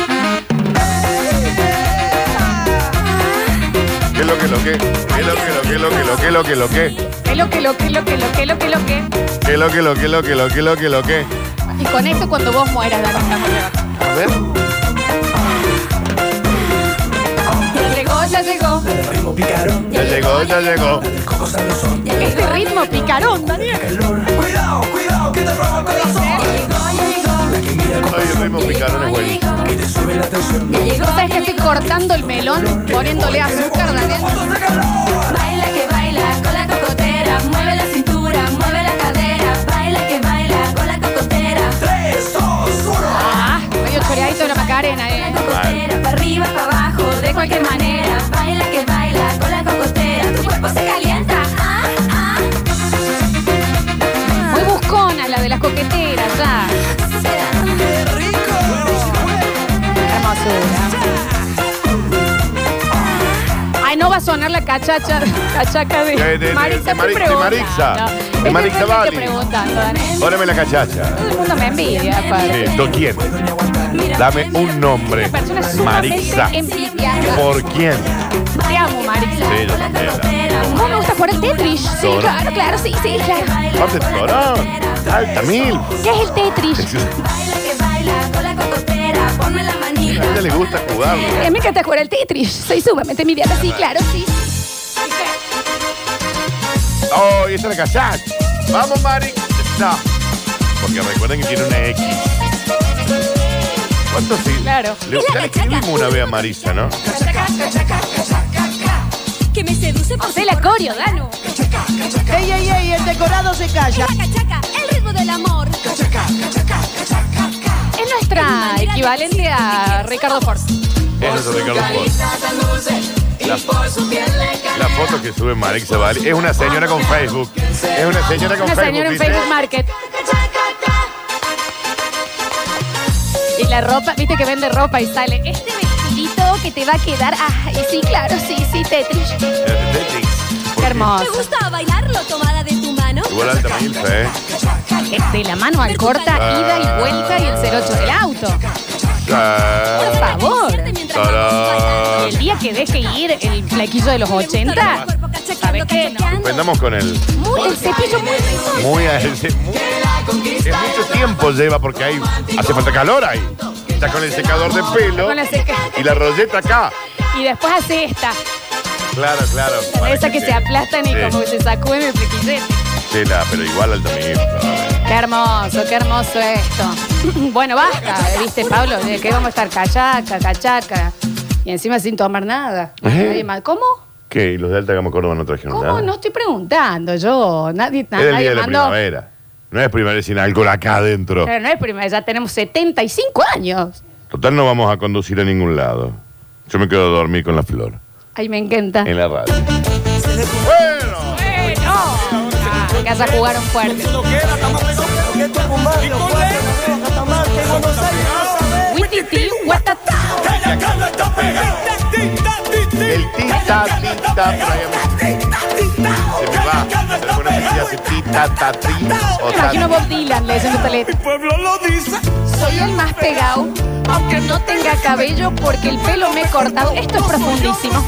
[SPEAKER 4] que, lo que, lo que, que lo que, lo que, lo que, lo que, lo que,
[SPEAKER 3] Que lo que lo que lo que lo que lo que lo que.
[SPEAKER 4] que lo que, lo que, lo que, lo que, lo que, lo que.
[SPEAKER 3] Y con esto cuando vos mueras, Dani, estamos levantando.
[SPEAKER 4] A ver.
[SPEAKER 3] Llegó, ya llegó.
[SPEAKER 4] Ya llegó, ya llegó.
[SPEAKER 3] Este ritmo picarón, Daniel.
[SPEAKER 4] Ay, el ritmo picarón es buenísimo.
[SPEAKER 3] ¿Vos sabés que estoy cortando el melón, poniéndole azúcar, Daniel?
[SPEAKER 9] Baila que baila con la cocotera, mueve la cintura, mueve la cadera, baila que baila con la cocotera,
[SPEAKER 3] Ah, medio choreadito de la Macarena, eh.
[SPEAKER 9] cocotera, para arriba, para abajo, de cualquier manera, baila que baila con la cocotera, tu cuerpo se calienta, ah, ah,
[SPEAKER 3] Muy buscona la de las coqueteras, ya. Hermosura. Ay, no va a sonar la cachacha, cachaca de,
[SPEAKER 4] De- de- de-
[SPEAKER 3] Marixa.
[SPEAKER 4] de
[SPEAKER 3] estoy
[SPEAKER 4] Marixa,
[SPEAKER 3] preguntando.
[SPEAKER 4] Marixa. De
[SPEAKER 3] Estoy
[SPEAKER 4] Marixa
[SPEAKER 3] realmente
[SPEAKER 4] Bali.
[SPEAKER 3] preguntando, Daniel.
[SPEAKER 4] Órame la cachacha.
[SPEAKER 3] Todo el mundo me envidia, aparte.
[SPEAKER 4] Listo, ¿quién? Dame un nombre.
[SPEAKER 3] Una persona
[SPEAKER 4] Marixa.
[SPEAKER 3] sumamente envidiada.
[SPEAKER 4] ¿Por quién?
[SPEAKER 3] Te amo, Marixa.
[SPEAKER 4] Sí, yo también.
[SPEAKER 3] ¿Cómo me gusta jugar al Tetris? Sí,
[SPEAKER 4] Todo.
[SPEAKER 3] claro, claro, sí, sí, claro.
[SPEAKER 4] Parte de Torón. Alta mil.
[SPEAKER 3] ¿Qué es el Tetris?
[SPEAKER 9] baila que baila con la cocotera, ponme la
[SPEAKER 4] A ella
[SPEAKER 9] manita.
[SPEAKER 4] le gusta jugarlo.
[SPEAKER 3] A mí me encanta jugar al Tetris. Soy sumamente envidiada, sí, claro, sí.
[SPEAKER 4] ¡Oh, y esta es la cachacha! ¡Vamos, Marixa! Porque recuerden que tiene una X. ¿Cuántos sí?
[SPEAKER 3] Claro.
[SPEAKER 4] Le, ya le escribimos una vez a Marisa, ¿no?
[SPEAKER 9] Que me seduce por
[SPEAKER 3] Hacé la corio, Danu.
[SPEAKER 8] Ey, ey, ey, el decorado se calla.
[SPEAKER 9] la cachaca, el ritmo del amor.
[SPEAKER 3] Es nuestra equivalente a Ricardo Ford.
[SPEAKER 4] Es nuestro Ricardo Ford. La, la foto que sube Marixa Vale es una señora con Facebook. Es una señora con
[SPEAKER 3] Una
[SPEAKER 4] Facebook.
[SPEAKER 3] señora en
[SPEAKER 4] ¿viste?
[SPEAKER 3] Facebook Market. Y la ropa, viste que vende ropa y sale este vestidito que te va a quedar. Ah, y sí, claro, sí, sí, Tetris. Qué
[SPEAKER 4] Eh, Tetris. Porque
[SPEAKER 3] hermoso.
[SPEAKER 9] gusta bailarlo tomada de tu mano?
[SPEAKER 4] Igual alta milfa, ¿eh?
[SPEAKER 3] Este, la mano al corta,
[SPEAKER 4] Ah.
[SPEAKER 3] ida y vuelta y el 08 del auto. Por
[SPEAKER 4] Ah,
[SPEAKER 3] favor.
[SPEAKER 4] tarán.
[SPEAKER 3] El día que deje ir el flequillo de los 80, ¿sabes qué? No.
[SPEAKER 4] Vendamos con él.
[SPEAKER 3] Muy- el cepillo muy rico.
[SPEAKER 4] Muy, a- es muy- es mucho tiempo lleva porque ahí hace falta calor ahí. Está con el secador de pelo
[SPEAKER 3] Con la seca-
[SPEAKER 4] y la rolleta acá.
[SPEAKER 3] Y después hace esta,
[SPEAKER 4] Claro, claro.
[SPEAKER 3] la
[SPEAKER 4] Para
[SPEAKER 3] de esa que se aplastan y
[SPEAKER 4] Sí.
[SPEAKER 3] como que se sacuden el flequillete.
[SPEAKER 4] Sí, la- pero igual alta milfa.
[SPEAKER 3] Qué hermoso, qué hermoso esto. Bueno, basta, viste, Pablo, de que vamos a estar cachaca, cachaca. Y encima sin tomar nada.
[SPEAKER 4] Ajá.
[SPEAKER 3] Nadie más. ¿Cómo?
[SPEAKER 4] ¿Qué? ¿Y los de Alta Gama Córdoba no trajeron
[SPEAKER 3] ¿Cómo?
[SPEAKER 4] nada?
[SPEAKER 3] No estoy preguntando yo. Nadie, na-
[SPEAKER 4] Es el
[SPEAKER 3] nadie
[SPEAKER 4] día de la
[SPEAKER 3] mandó.
[SPEAKER 4] primavera. No es primavera sin alcohol acá adentro.
[SPEAKER 3] Pero no es primera, ya tenemos 75 años.
[SPEAKER 4] Total, no vamos a conducir a ningún lado. Yo me quedo a dormir con la flor
[SPEAKER 3] Ay, me encanta.
[SPEAKER 4] en la radio. Bueno,
[SPEAKER 3] Bueno, ah, acá ya jugaron fuerte. Wititi, guatatá.
[SPEAKER 4] el tita, tita, traigamos. Se me va. Se me pone así, hace tita, ta, ti, o
[SPEAKER 3] Me
[SPEAKER 4] ta,
[SPEAKER 3] imagino a Bob Dylan leyendo esta letra. Soy el más pegado, aunque no tenga cabello porque el pelo me he cortado. Esto es profundísimo.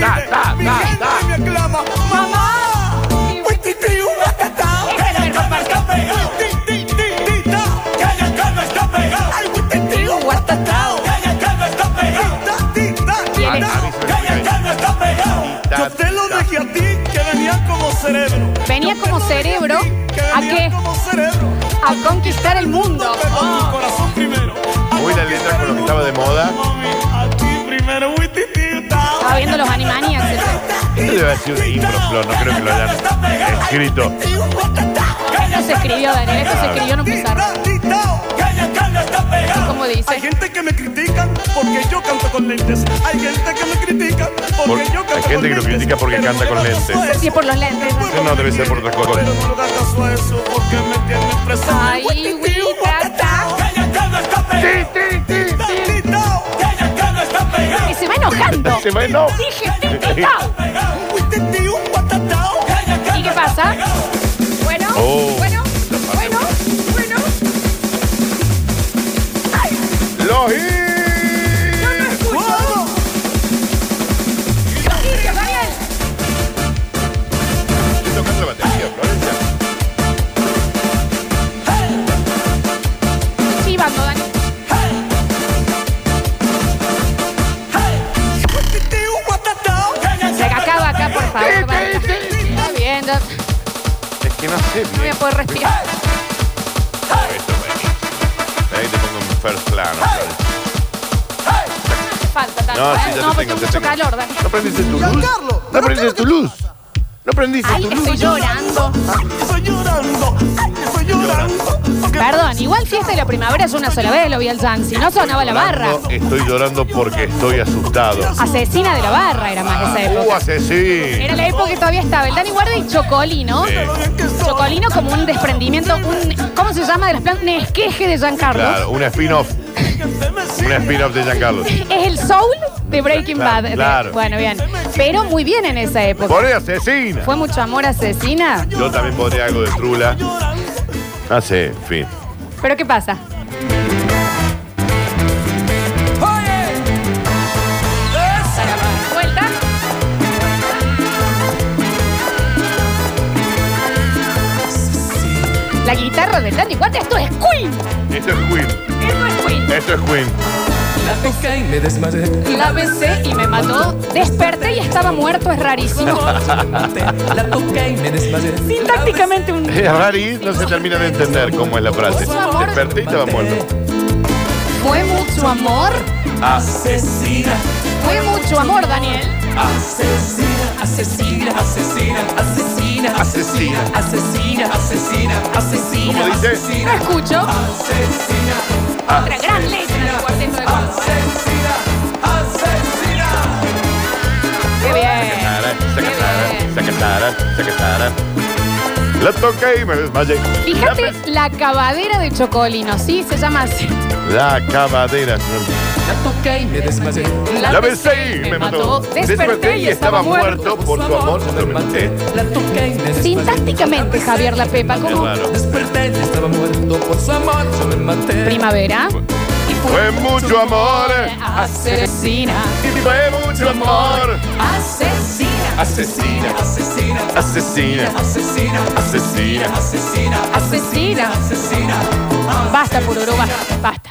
[SPEAKER 4] ta, ta, ta, ta.
[SPEAKER 2] Yo te lo dejé a ti que venía como cerebro.
[SPEAKER 3] Venía como cerebro a qué? Oh.
[SPEAKER 2] Como cerebro.
[SPEAKER 3] A conquistar el mundo.
[SPEAKER 2] Pero tu corazón primero.
[SPEAKER 4] Hoy la letra con lo que estaba de moda.
[SPEAKER 2] Mami, a ti primero, uy, ti, ti, ta.
[SPEAKER 3] Estaba viendo los Animaniacs.
[SPEAKER 4] Esto debe haber sido de impro, Flor, no creo que lo hayan escrito.
[SPEAKER 3] Esto se escribió, Daniel. Esto se escribió en un pizarro. Como
[SPEAKER 2] Hay
[SPEAKER 3] dice.
[SPEAKER 2] gente que me critican porque yo canto con lentes. Hay gente que me critica porque
[SPEAKER 4] Por-
[SPEAKER 2] yo canto
[SPEAKER 4] hay gente
[SPEAKER 2] con
[SPEAKER 4] que lo
[SPEAKER 2] lentes.
[SPEAKER 4] critica porque
[SPEAKER 2] Pero
[SPEAKER 4] canta
[SPEAKER 2] no
[SPEAKER 4] con
[SPEAKER 2] le da
[SPEAKER 4] lentes.
[SPEAKER 2] caso a
[SPEAKER 3] Sí, es por los lentes.
[SPEAKER 4] Eso no debe ser por otra cosa.
[SPEAKER 2] Pero no le da caso a eso porque me tienen presente.
[SPEAKER 3] Ay, guitarra. Que se va enojando.
[SPEAKER 4] Se va, no.
[SPEAKER 3] Dije, tititao. ¿Y qué pasa? Bueno,
[SPEAKER 4] Oh.
[SPEAKER 3] bueno, bueno, bueno.
[SPEAKER 4] Los hits. que no sé
[SPEAKER 3] No voy a
[SPEAKER 4] bien.
[SPEAKER 3] poder respirar.
[SPEAKER 4] Esto es buenísimo. Ahí te pongo en first plano. Flores.
[SPEAKER 3] Falta tanto.
[SPEAKER 4] No,
[SPEAKER 3] ¿eh?
[SPEAKER 4] sí, ya
[SPEAKER 3] no, porque
[SPEAKER 4] te
[SPEAKER 3] tengo
[SPEAKER 4] tengo, te
[SPEAKER 3] mucho
[SPEAKER 4] tengo.
[SPEAKER 3] calor, Dani.
[SPEAKER 4] No prendiste tu luz. No prendiste tu luz. No prendiste
[SPEAKER 3] Ay,
[SPEAKER 4] tu luz.
[SPEAKER 3] estoy llorando.
[SPEAKER 6] Estoy llorando, ay, estoy llorando. porque
[SPEAKER 3] Perdón, igual fiesta de la primavera es una sola vez, lo vi al Jan. Si no sonaba la barra.
[SPEAKER 4] Llorando, Estoy llorando porque estoy asustado.
[SPEAKER 3] Asesina de la barra era más esa
[SPEAKER 4] Uh,
[SPEAKER 3] época.
[SPEAKER 4] asesino.
[SPEAKER 3] Era la época que todavía estaba el Dani Guarda y Chocolino.
[SPEAKER 4] Sí.
[SPEAKER 3] Chocolino como un desprendimiento, un. ¿Cómo se llama de las plantas? Un esqueje de Jean Carlos.
[SPEAKER 4] Claro, un spin-off. Un spin-off de Giancarlo.
[SPEAKER 3] Es el soul de Breaking
[SPEAKER 4] Claro,
[SPEAKER 3] Bad.
[SPEAKER 4] claro.
[SPEAKER 3] Bueno, bien. Pero muy bien en esa época.
[SPEAKER 4] Poné asesina.
[SPEAKER 3] ¿Fue mucho amor asesina?
[SPEAKER 4] Yo también pondría algo de trula. Ah, sí, en fin.
[SPEAKER 3] ¿Pero qué pasa? ¿Vuelta? La guitarra de Danny Watt, esto es Queen.
[SPEAKER 4] Esto es Queen.
[SPEAKER 3] Esto es Queen.
[SPEAKER 4] Esto es Queen.
[SPEAKER 6] La toqué y me desmayé.
[SPEAKER 3] La besé y me mató. Desperté y estaba muerto, es rarísimo.
[SPEAKER 6] La toqué y me desmayé.
[SPEAKER 3] Sintácticamente un.
[SPEAKER 4] Es raro y no se termina de entender cómo es la frase. Desperté y estaba muerto.
[SPEAKER 3] Fue mucho amor.
[SPEAKER 6] Asesina,
[SPEAKER 3] Fue mucho amor, Daniel.
[SPEAKER 6] asesina, asesina, asesina, asesina, asesina, asesina, asesina, asesina.
[SPEAKER 4] ¿Cómo dice?
[SPEAKER 3] No escucho.
[SPEAKER 6] Asesina,
[SPEAKER 3] Otra gran letra del cuarteto de cuerdas.
[SPEAKER 6] asesina, asesina.
[SPEAKER 3] Qué bien.
[SPEAKER 4] Sacatara, sacatara, sacatara, sacatara. La toqué y me desmayé.
[SPEAKER 3] Fíjate la cavadera de Chocolino, ¿sí? Se llama así.
[SPEAKER 4] La cabadera.
[SPEAKER 6] La toqué y me desmayé.
[SPEAKER 4] La besé y Ah, pues me mató. Desperté y estaba muerto por tu amor. eh, lo maté.
[SPEAKER 6] La toqué y me desmayé.
[SPEAKER 3] Sintácticamente, Javier La Pepa,
[SPEAKER 4] Es
[SPEAKER 3] como
[SPEAKER 4] raro.
[SPEAKER 6] Desperté y estaba muerto por su amor. Yo me maté.
[SPEAKER 3] primavera.
[SPEAKER 4] Fue mucho amor.
[SPEAKER 3] Asesina.
[SPEAKER 4] Fue mucho amor.
[SPEAKER 3] Asesina.
[SPEAKER 4] Asesina,
[SPEAKER 6] Asesina,
[SPEAKER 4] asesina,
[SPEAKER 6] asesina,
[SPEAKER 4] asesina.
[SPEAKER 6] asesina,
[SPEAKER 3] Asesina.
[SPEAKER 6] asesina.
[SPEAKER 3] Basta, Pururú, basta. Basta.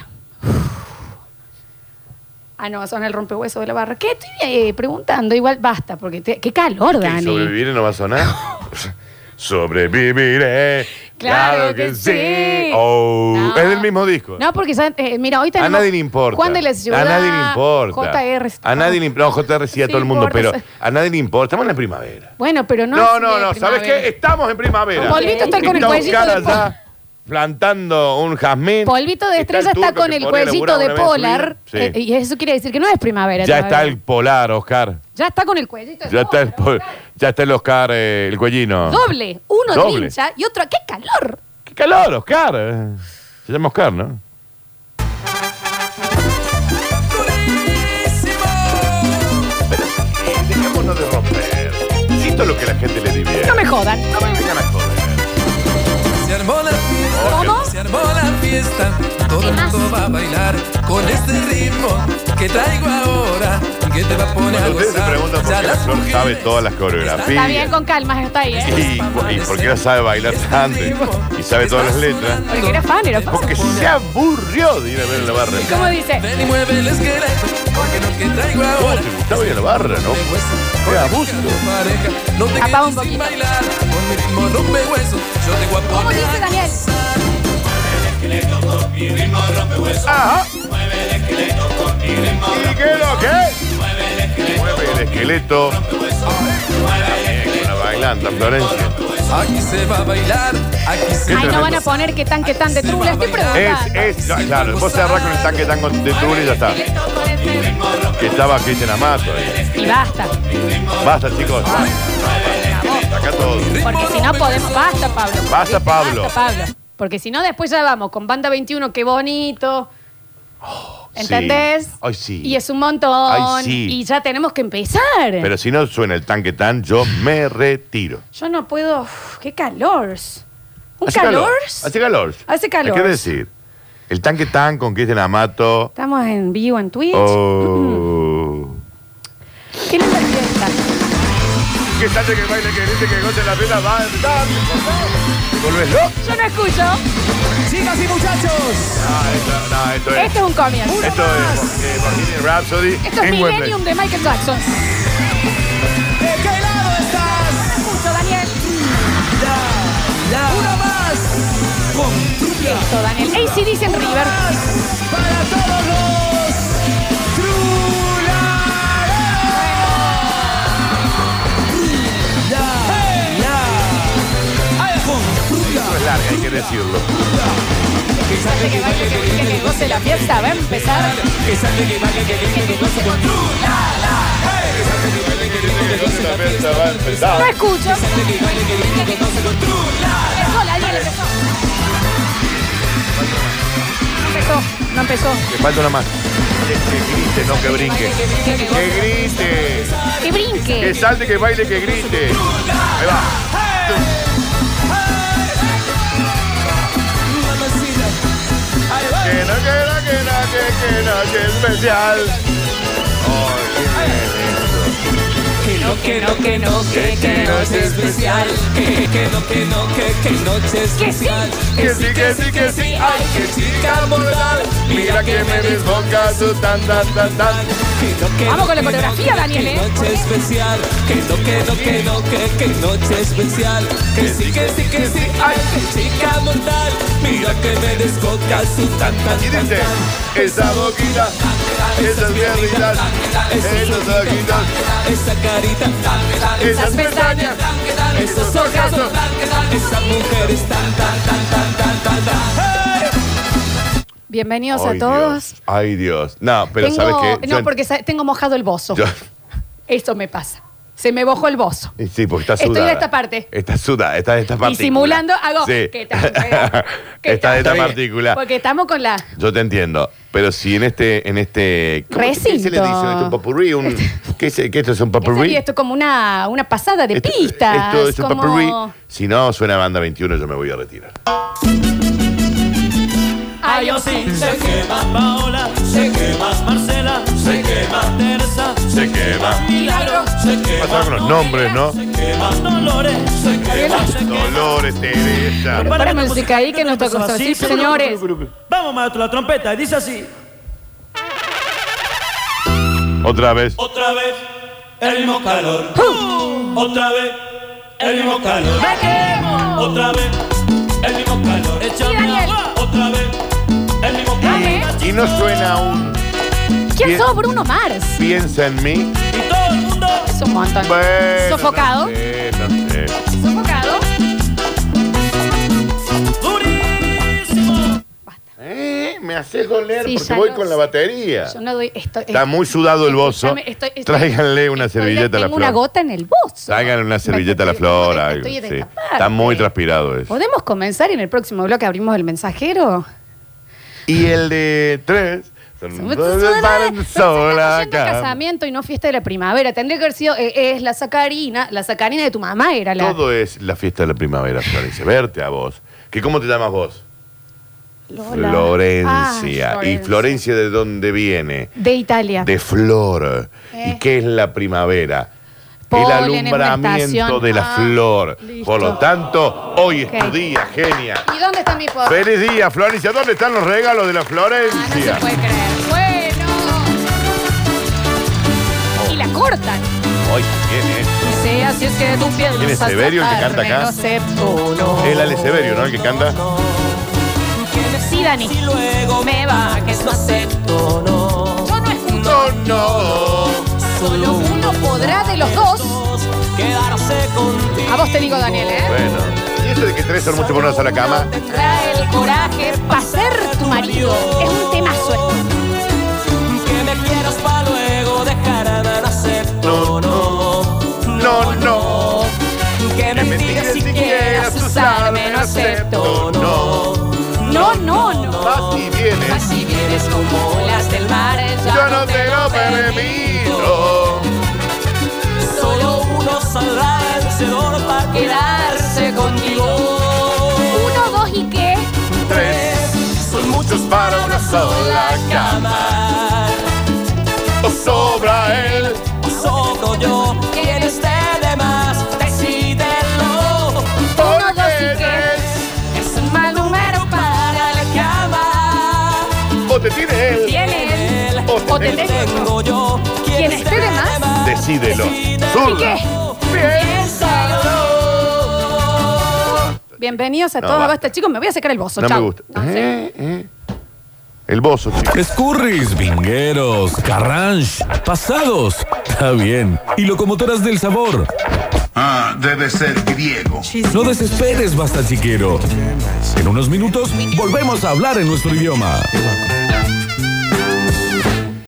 [SPEAKER 3] Ah, no, son el rompehueso de la barra. ¿Qué estoy eh, preguntando? Igual basta, porque te- qué calor,
[SPEAKER 4] ¿Qué,
[SPEAKER 3] Dani.
[SPEAKER 4] ¿Sobreviviré no va a sonar? eh. Sobreviviré.
[SPEAKER 3] Claro que sí.
[SPEAKER 4] Oh,
[SPEAKER 3] No.
[SPEAKER 4] Es del mismo disco.
[SPEAKER 3] No, porque ya, eh, mira, hoy
[SPEAKER 4] A
[SPEAKER 3] tenemos.
[SPEAKER 4] nadie le importa.
[SPEAKER 3] Juan de la Ciudad.
[SPEAKER 4] A nadie le importa.
[SPEAKER 3] JR.
[SPEAKER 4] A nadie le importa. No, JR sí a
[SPEAKER 3] Sí,
[SPEAKER 4] todo el mundo,
[SPEAKER 3] importa.
[SPEAKER 4] pero a nadie le importa. Estamos en la primavera.
[SPEAKER 3] Bueno, pero no.
[SPEAKER 4] No,
[SPEAKER 3] es
[SPEAKER 4] no,
[SPEAKER 3] de
[SPEAKER 4] no. ¿Sabes
[SPEAKER 3] primavera.
[SPEAKER 4] qué? Estamos en primavera.
[SPEAKER 3] Polvito está con el
[SPEAKER 4] Está
[SPEAKER 3] cuellito
[SPEAKER 4] Oscar
[SPEAKER 3] de po-
[SPEAKER 4] allá plantando un jazmín.
[SPEAKER 3] Polvito de
[SPEAKER 4] el
[SPEAKER 3] estrella está,
[SPEAKER 4] turco
[SPEAKER 3] con
[SPEAKER 4] que
[SPEAKER 3] el
[SPEAKER 4] podría
[SPEAKER 3] cuellito
[SPEAKER 4] laburar
[SPEAKER 3] de
[SPEAKER 4] una vez en su
[SPEAKER 3] polar.
[SPEAKER 4] vida.
[SPEAKER 3] eh,
[SPEAKER 4] Sí.
[SPEAKER 3] y eso quiere decir que no es primavera.
[SPEAKER 4] Ya
[SPEAKER 3] todavía.
[SPEAKER 4] está el polar, Oscar.
[SPEAKER 3] Ya está con el cuellito de
[SPEAKER 4] Ya está el,
[SPEAKER 3] polar.
[SPEAKER 4] pol- ya está el Oscar, eh, el cuellino.
[SPEAKER 3] Doble. Uno
[SPEAKER 4] Doble.
[SPEAKER 3] trincha y otro. ¡Qué calor!
[SPEAKER 4] ¡Qué calor, Oscar! Eh, Se llama Oscar, ¿no? Pero sí, dejémonos de romper. Si esto es lo que la gente le divierte.
[SPEAKER 3] No me jodan.
[SPEAKER 4] No me vengan a joder.
[SPEAKER 6] Se armó la fiesta,
[SPEAKER 3] ¿Cómo?
[SPEAKER 6] se armó la fiesta. Todo el mundo va a bailar con este ritmo que traigo ahora. Que te va a poner a
[SPEAKER 4] Cuando ustedes se
[SPEAKER 6] gozar.
[SPEAKER 4] preguntan por
[SPEAKER 6] Ya
[SPEAKER 4] qué la
[SPEAKER 6] las
[SPEAKER 4] flor sabe
[SPEAKER 6] mujeres
[SPEAKER 4] todas las coreografías.
[SPEAKER 3] Está bien, con calma, está ahí, ¿eh?
[SPEAKER 4] Y, y porque no sabe bailar
[SPEAKER 6] este
[SPEAKER 4] tanto y sabe todas las letras.
[SPEAKER 3] Porque era fan, era fan.
[SPEAKER 4] Porque se aburrió de ir a ver la barra.
[SPEAKER 3] ¿Cómo dice?
[SPEAKER 6] Ven y mueve el esqueleto, porque lo que traigo
[SPEAKER 4] ¿Cómo
[SPEAKER 6] ahora.
[SPEAKER 4] te gustaba ir a la barra, no? Qué abuso.
[SPEAKER 6] No te
[SPEAKER 3] Apaga un
[SPEAKER 6] quedes sin
[SPEAKER 3] poquito.
[SPEAKER 6] bailar, con mi ritmo rompe huesos. Yo te voy a
[SPEAKER 3] ¿Cómo
[SPEAKER 6] poner
[SPEAKER 3] dice
[SPEAKER 6] a
[SPEAKER 3] Daniel?
[SPEAKER 4] Ajá. ¿Y qué es lo que? Mueve el esqueleto. Bien, con la bailanta, Florencia.
[SPEAKER 6] Aquí se va a bailar, aquí se
[SPEAKER 3] Ay,
[SPEAKER 4] tremendo.
[SPEAKER 3] no van a poner que tan, que tan de trula. Estoy preguntando.
[SPEAKER 4] Es, es, no, claro, vos cerrás con el tanque tango de tour y ya está. Que estaba Cristian Amato ahí.
[SPEAKER 3] Y basta.
[SPEAKER 4] Basta, chicos. Acá todo.
[SPEAKER 3] Porque si no podemos. Basta, Pablo.
[SPEAKER 4] Basta, Pablo.
[SPEAKER 3] Basta, Pablo. Porque si no, después ya vamos con Banda 21, qué bonito. ¿Entendés?
[SPEAKER 4] Oh, Sí. Ay, sí.
[SPEAKER 3] Y es un montón.
[SPEAKER 4] Ay, sí.
[SPEAKER 3] Y ya tenemos que empezar.
[SPEAKER 4] Pero si no suena el tanque tan, yo me retiro.
[SPEAKER 3] Yo no puedo. Uf, ¡Qué calor! ¿Un
[SPEAKER 4] Hace
[SPEAKER 3] calor?
[SPEAKER 4] Hace calor.
[SPEAKER 3] Hace calor.
[SPEAKER 4] Hay que decir. El tanque tan con Cristian Amato.
[SPEAKER 3] Estamos en vivo en Twitch.
[SPEAKER 4] Oh.
[SPEAKER 3] Mm. ¿Qué linda fiesta?
[SPEAKER 4] Que salte, que baile, que grite, que goce la pena, va a estar. ¿Te volvés loco?
[SPEAKER 3] Yo no escucho.
[SPEAKER 5] Chicas y muchachos,
[SPEAKER 4] No, Ah, esto, no, esto es.
[SPEAKER 3] Este es un comienzo.
[SPEAKER 4] Esto es eh, Bohemian Rhapsody
[SPEAKER 3] Esto es
[SPEAKER 4] en Wembley.
[SPEAKER 3] Millennium de Michael Jackson. No
[SPEAKER 5] ¿de qué lado estás?
[SPEAKER 3] escucho, Daniel.
[SPEAKER 5] Ya,
[SPEAKER 3] Sí, dicen River.
[SPEAKER 6] Para todos los trulareros. Hey. Ahí al fondo.
[SPEAKER 4] Esto es larga, hay que decirlo.
[SPEAKER 3] Salte que baile, que brinque, que goce la fiesta. Va a empezar.
[SPEAKER 6] Que salte, que baile, que brinque, que goce con Trula, la. Hey. Que salte, que baile, que brinque, que goce
[SPEAKER 4] Esta
[SPEAKER 6] con
[SPEAKER 4] fiesta va a empezar.
[SPEAKER 3] No escucho.
[SPEAKER 6] Salte, que baile, que brinque, que goce con Trula.
[SPEAKER 3] Empezó, la alguien empezó. No empezó, no empezó.
[SPEAKER 4] Le Ah, falta una más. Que, que grite, no que brinque. Que grite.
[SPEAKER 3] Que
[SPEAKER 4] Que
[SPEAKER 3] brinque.
[SPEAKER 4] salte, que baile, que grite. Ahí va. Que no, que no, que no, que, que no, que especial. Ay,
[SPEAKER 6] Que no, que no, que no, que, que noche especial. Que, que no, que no, que, que noche especial.
[SPEAKER 4] Que sí, que sí, que sí. Ay,
[SPEAKER 6] que chica mortal.
[SPEAKER 4] Mira que me desboca su tan, tan, tan, tan.
[SPEAKER 6] Que no, que
[SPEAKER 3] Vamos
[SPEAKER 6] no,
[SPEAKER 3] con la
[SPEAKER 6] que no,
[SPEAKER 3] coreografía,
[SPEAKER 6] que no,
[SPEAKER 3] Daniel,
[SPEAKER 6] que
[SPEAKER 3] ¿eh?
[SPEAKER 6] noche especial. Que no, que no, que no, que, que noche especial. Que sí, que sí, que sí. Ay, que chica mortal. Mira que me desboca su tan, tan,
[SPEAKER 4] Y
[SPEAKER 6] tan,
[SPEAKER 4] dice,
[SPEAKER 6] tan.
[SPEAKER 4] esa boquita, esas piernitas, esas ojitas,
[SPEAKER 6] Esa carita,
[SPEAKER 4] esas pestañas,
[SPEAKER 6] esos ojazos, esa mujer es tan, tan, tan, tan, tan, tan, tan. ¡Hey!
[SPEAKER 3] Bienvenidos
[SPEAKER 4] Ay,
[SPEAKER 3] a todos.
[SPEAKER 4] Dios. Ay, Dios. No, pero
[SPEAKER 3] tengo,
[SPEAKER 4] ¿sabes qué?
[SPEAKER 3] No,
[SPEAKER 4] Yo-
[SPEAKER 3] porque sa- tengo mojado el bozo.
[SPEAKER 4] yo-
[SPEAKER 3] Esto me pasa. Se me bojó el bozo.
[SPEAKER 4] Y Sí, porque está
[SPEAKER 3] Estoy
[SPEAKER 4] sudada.
[SPEAKER 3] de esta parte.
[SPEAKER 4] Está sudada, está de esta parte.
[SPEAKER 3] simulando hago,
[SPEAKER 4] Sí.
[SPEAKER 3] ¿qué tal, Pedro? ¿Qué
[SPEAKER 4] está de
[SPEAKER 3] tal?
[SPEAKER 4] esta partícula.
[SPEAKER 3] Porque estamos con la.
[SPEAKER 4] Yo te entiendo. Pero si en este, en este. ¿cómo- ¿Qué se le
[SPEAKER 3] Recinto.
[SPEAKER 4] dice? ¿Esto es un popurrí? Un, ¿qué, es, ¿Qué esto es un
[SPEAKER 3] Y
[SPEAKER 4] popurrí?
[SPEAKER 3] esto es como una, una pasada de
[SPEAKER 4] Esto-
[SPEAKER 3] pistas.
[SPEAKER 4] Esto es un
[SPEAKER 3] como-
[SPEAKER 4] popurrí. Si no suena banda 21, yo me voy a retirar.
[SPEAKER 3] Ay, yo sí.
[SPEAKER 6] Se quema Paola, se quema Marcela, se quema Teresa,
[SPEAKER 4] Se quema.
[SPEAKER 6] Milagro, se quema.
[SPEAKER 4] Pasaba con los nombres, ¿no?
[SPEAKER 6] Se quema Dolores, se quema, se quema.
[SPEAKER 4] Dolores, Teresa.
[SPEAKER 3] Pero para música ahí que no está
[SPEAKER 6] Empezaba
[SPEAKER 3] cosa.
[SPEAKER 6] así,
[SPEAKER 3] Sí,
[SPEAKER 6] seguro.
[SPEAKER 3] señores.
[SPEAKER 6] Vamos, maestro, la trompeta, y dice así.
[SPEAKER 4] Otra vez.
[SPEAKER 6] Otra vez, el mismo calor. Otra vez, el mismo calor. Otra vez, el mismo calor.
[SPEAKER 3] Sí, Daniel.
[SPEAKER 6] Otra vez, el mismo calor.
[SPEAKER 4] Y no suena un
[SPEAKER 3] ¿Quién
[SPEAKER 4] Bien.
[SPEAKER 3] sos, Bruno Mars?
[SPEAKER 4] piensa en mí.
[SPEAKER 6] Y todo el mundo.
[SPEAKER 3] Es un montón.
[SPEAKER 4] Bueno,
[SPEAKER 3] Sofocado.
[SPEAKER 4] No sé, no sé.
[SPEAKER 3] Sofocado.
[SPEAKER 6] Durísimo.
[SPEAKER 4] Eh, me haces doler
[SPEAKER 3] Sí,
[SPEAKER 4] porque
[SPEAKER 3] ya
[SPEAKER 4] voy
[SPEAKER 3] lo
[SPEAKER 4] con
[SPEAKER 3] sé.
[SPEAKER 4] la batería.
[SPEAKER 3] Yo no doy esto.
[SPEAKER 4] Está muy sudado el bozo.
[SPEAKER 3] Escúchame, estoy- estoy-
[SPEAKER 4] Tráiganle una
[SPEAKER 3] estoy-
[SPEAKER 4] servilleta a la
[SPEAKER 3] tengo una
[SPEAKER 4] flor.
[SPEAKER 3] gota en el bozo.
[SPEAKER 4] Tráiganle una
[SPEAKER 3] Me
[SPEAKER 4] servilleta a la
[SPEAKER 3] estoy-
[SPEAKER 4] flor.
[SPEAKER 3] me
[SPEAKER 4] algo,
[SPEAKER 3] estoy de
[SPEAKER 4] sí.
[SPEAKER 3] esta parte.
[SPEAKER 4] Está muy transpirado eso.
[SPEAKER 3] ¿Podemos comenzar y en el próximo bloque abrimos el mensajero?
[SPEAKER 4] Y el de tres. Sola
[SPEAKER 3] Sola
[SPEAKER 4] acá.
[SPEAKER 3] casamiento y no fiesta de la primavera. Tendría que haber sido, eh, es la sacarina, la sacarina de tu mamá era la.
[SPEAKER 4] Todo es la fiesta de la primavera, Florencia. Verte a vos. ¿Que ¿Cómo te llamas vos?
[SPEAKER 3] Lola.
[SPEAKER 4] Florencia.
[SPEAKER 3] Ah,
[SPEAKER 4] ¿Y Florencia de dónde viene?
[SPEAKER 3] De Italia.
[SPEAKER 4] de flor.
[SPEAKER 3] Eh.
[SPEAKER 4] ¿Y qué es la primavera?
[SPEAKER 3] Polen
[SPEAKER 4] el
[SPEAKER 3] en una
[SPEAKER 4] alumbramiento
[SPEAKER 3] estación.
[SPEAKER 4] de la
[SPEAKER 3] Ah,
[SPEAKER 4] flor.
[SPEAKER 3] listo.
[SPEAKER 4] Por lo tanto, hoy
[SPEAKER 3] Ok.
[SPEAKER 4] es tu día, genia.
[SPEAKER 3] ¿Y dónde está mi foto?
[SPEAKER 4] Feliz día, Florencia. ¿Dónde están los regalos de la
[SPEAKER 3] Ah, no se
[SPEAKER 4] Florencia?
[SPEAKER 3] puede creer. Bueno. Y la cortan.
[SPEAKER 4] Hoy también, ¿eh?
[SPEAKER 3] Y sé, así es que tu piel
[SPEAKER 4] ¿Quién es Severio el que canta acá?
[SPEAKER 3] No sé, tú no.
[SPEAKER 4] Es Ale Severio, ¿no? El que canta.
[SPEAKER 3] Sí, Dani.
[SPEAKER 6] Luego
[SPEAKER 3] Me va, que no
[SPEAKER 6] acepto, no.
[SPEAKER 3] Yo no escucho.
[SPEAKER 4] No, no.
[SPEAKER 3] Solo uno podrá de los dos.
[SPEAKER 6] Quedarse contigo.
[SPEAKER 3] A vos te digo, Daniel, ¿eh?
[SPEAKER 4] Bueno. ¿Y eso de que tres son mucho por una sola cama?
[SPEAKER 3] Trae el coraje para ser tu marido. Es un temazo.
[SPEAKER 6] Que me quieras pa' luego dejar a dar acepto, no.
[SPEAKER 4] No, no.
[SPEAKER 6] Que
[SPEAKER 4] Que me digas si quieras usarme, no acepto. No.
[SPEAKER 3] No, no, no.
[SPEAKER 4] Así vienes.
[SPEAKER 3] Así vienes como olas del mar. Ya
[SPEAKER 4] Yo no te lo permito.
[SPEAKER 6] Solo uno saldrá vencedor para
[SPEAKER 3] Quedarse contigo.
[SPEAKER 6] contigo.
[SPEAKER 3] Uno, dos y qué.
[SPEAKER 4] Tres. Son muchos para una sola cama. O sobra él.
[SPEAKER 6] Solo yo, quien esté de más, decídelo.
[SPEAKER 3] Uno, dos y qué.
[SPEAKER 4] Eres,
[SPEAKER 3] Es un mal número para la
[SPEAKER 6] Llama,
[SPEAKER 4] o te tiene él.
[SPEAKER 3] tiene él.
[SPEAKER 4] O
[SPEAKER 3] O
[SPEAKER 4] te
[SPEAKER 3] te
[SPEAKER 4] tengo.
[SPEAKER 3] tengo.
[SPEAKER 6] tengo yo,
[SPEAKER 3] Quien esté de más.
[SPEAKER 4] Decídelo.
[SPEAKER 3] ¿Y qué?
[SPEAKER 4] Zurda.
[SPEAKER 6] Piénsalo.
[SPEAKER 4] basta.
[SPEAKER 3] Bienvenidos a
[SPEAKER 4] No,
[SPEAKER 3] todos a
[SPEAKER 4] basta.
[SPEAKER 3] Basta, chicos. Me voy a sacar el bozo.
[SPEAKER 4] No
[SPEAKER 3] Chau.
[SPEAKER 4] me gusta.
[SPEAKER 3] No sé.
[SPEAKER 4] Eh, eh. El bozo, chicos.
[SPEAKER 6] Escurris, vingueros, carranche, pasados. Está bien. Y locomotoras del sabor.
[SPEAKER 7] Ah, debe ser griego.
[SPEAKER 6] No desesperes, basta chiquero. En unos minutos volvemos a hablar en nuestro idioma.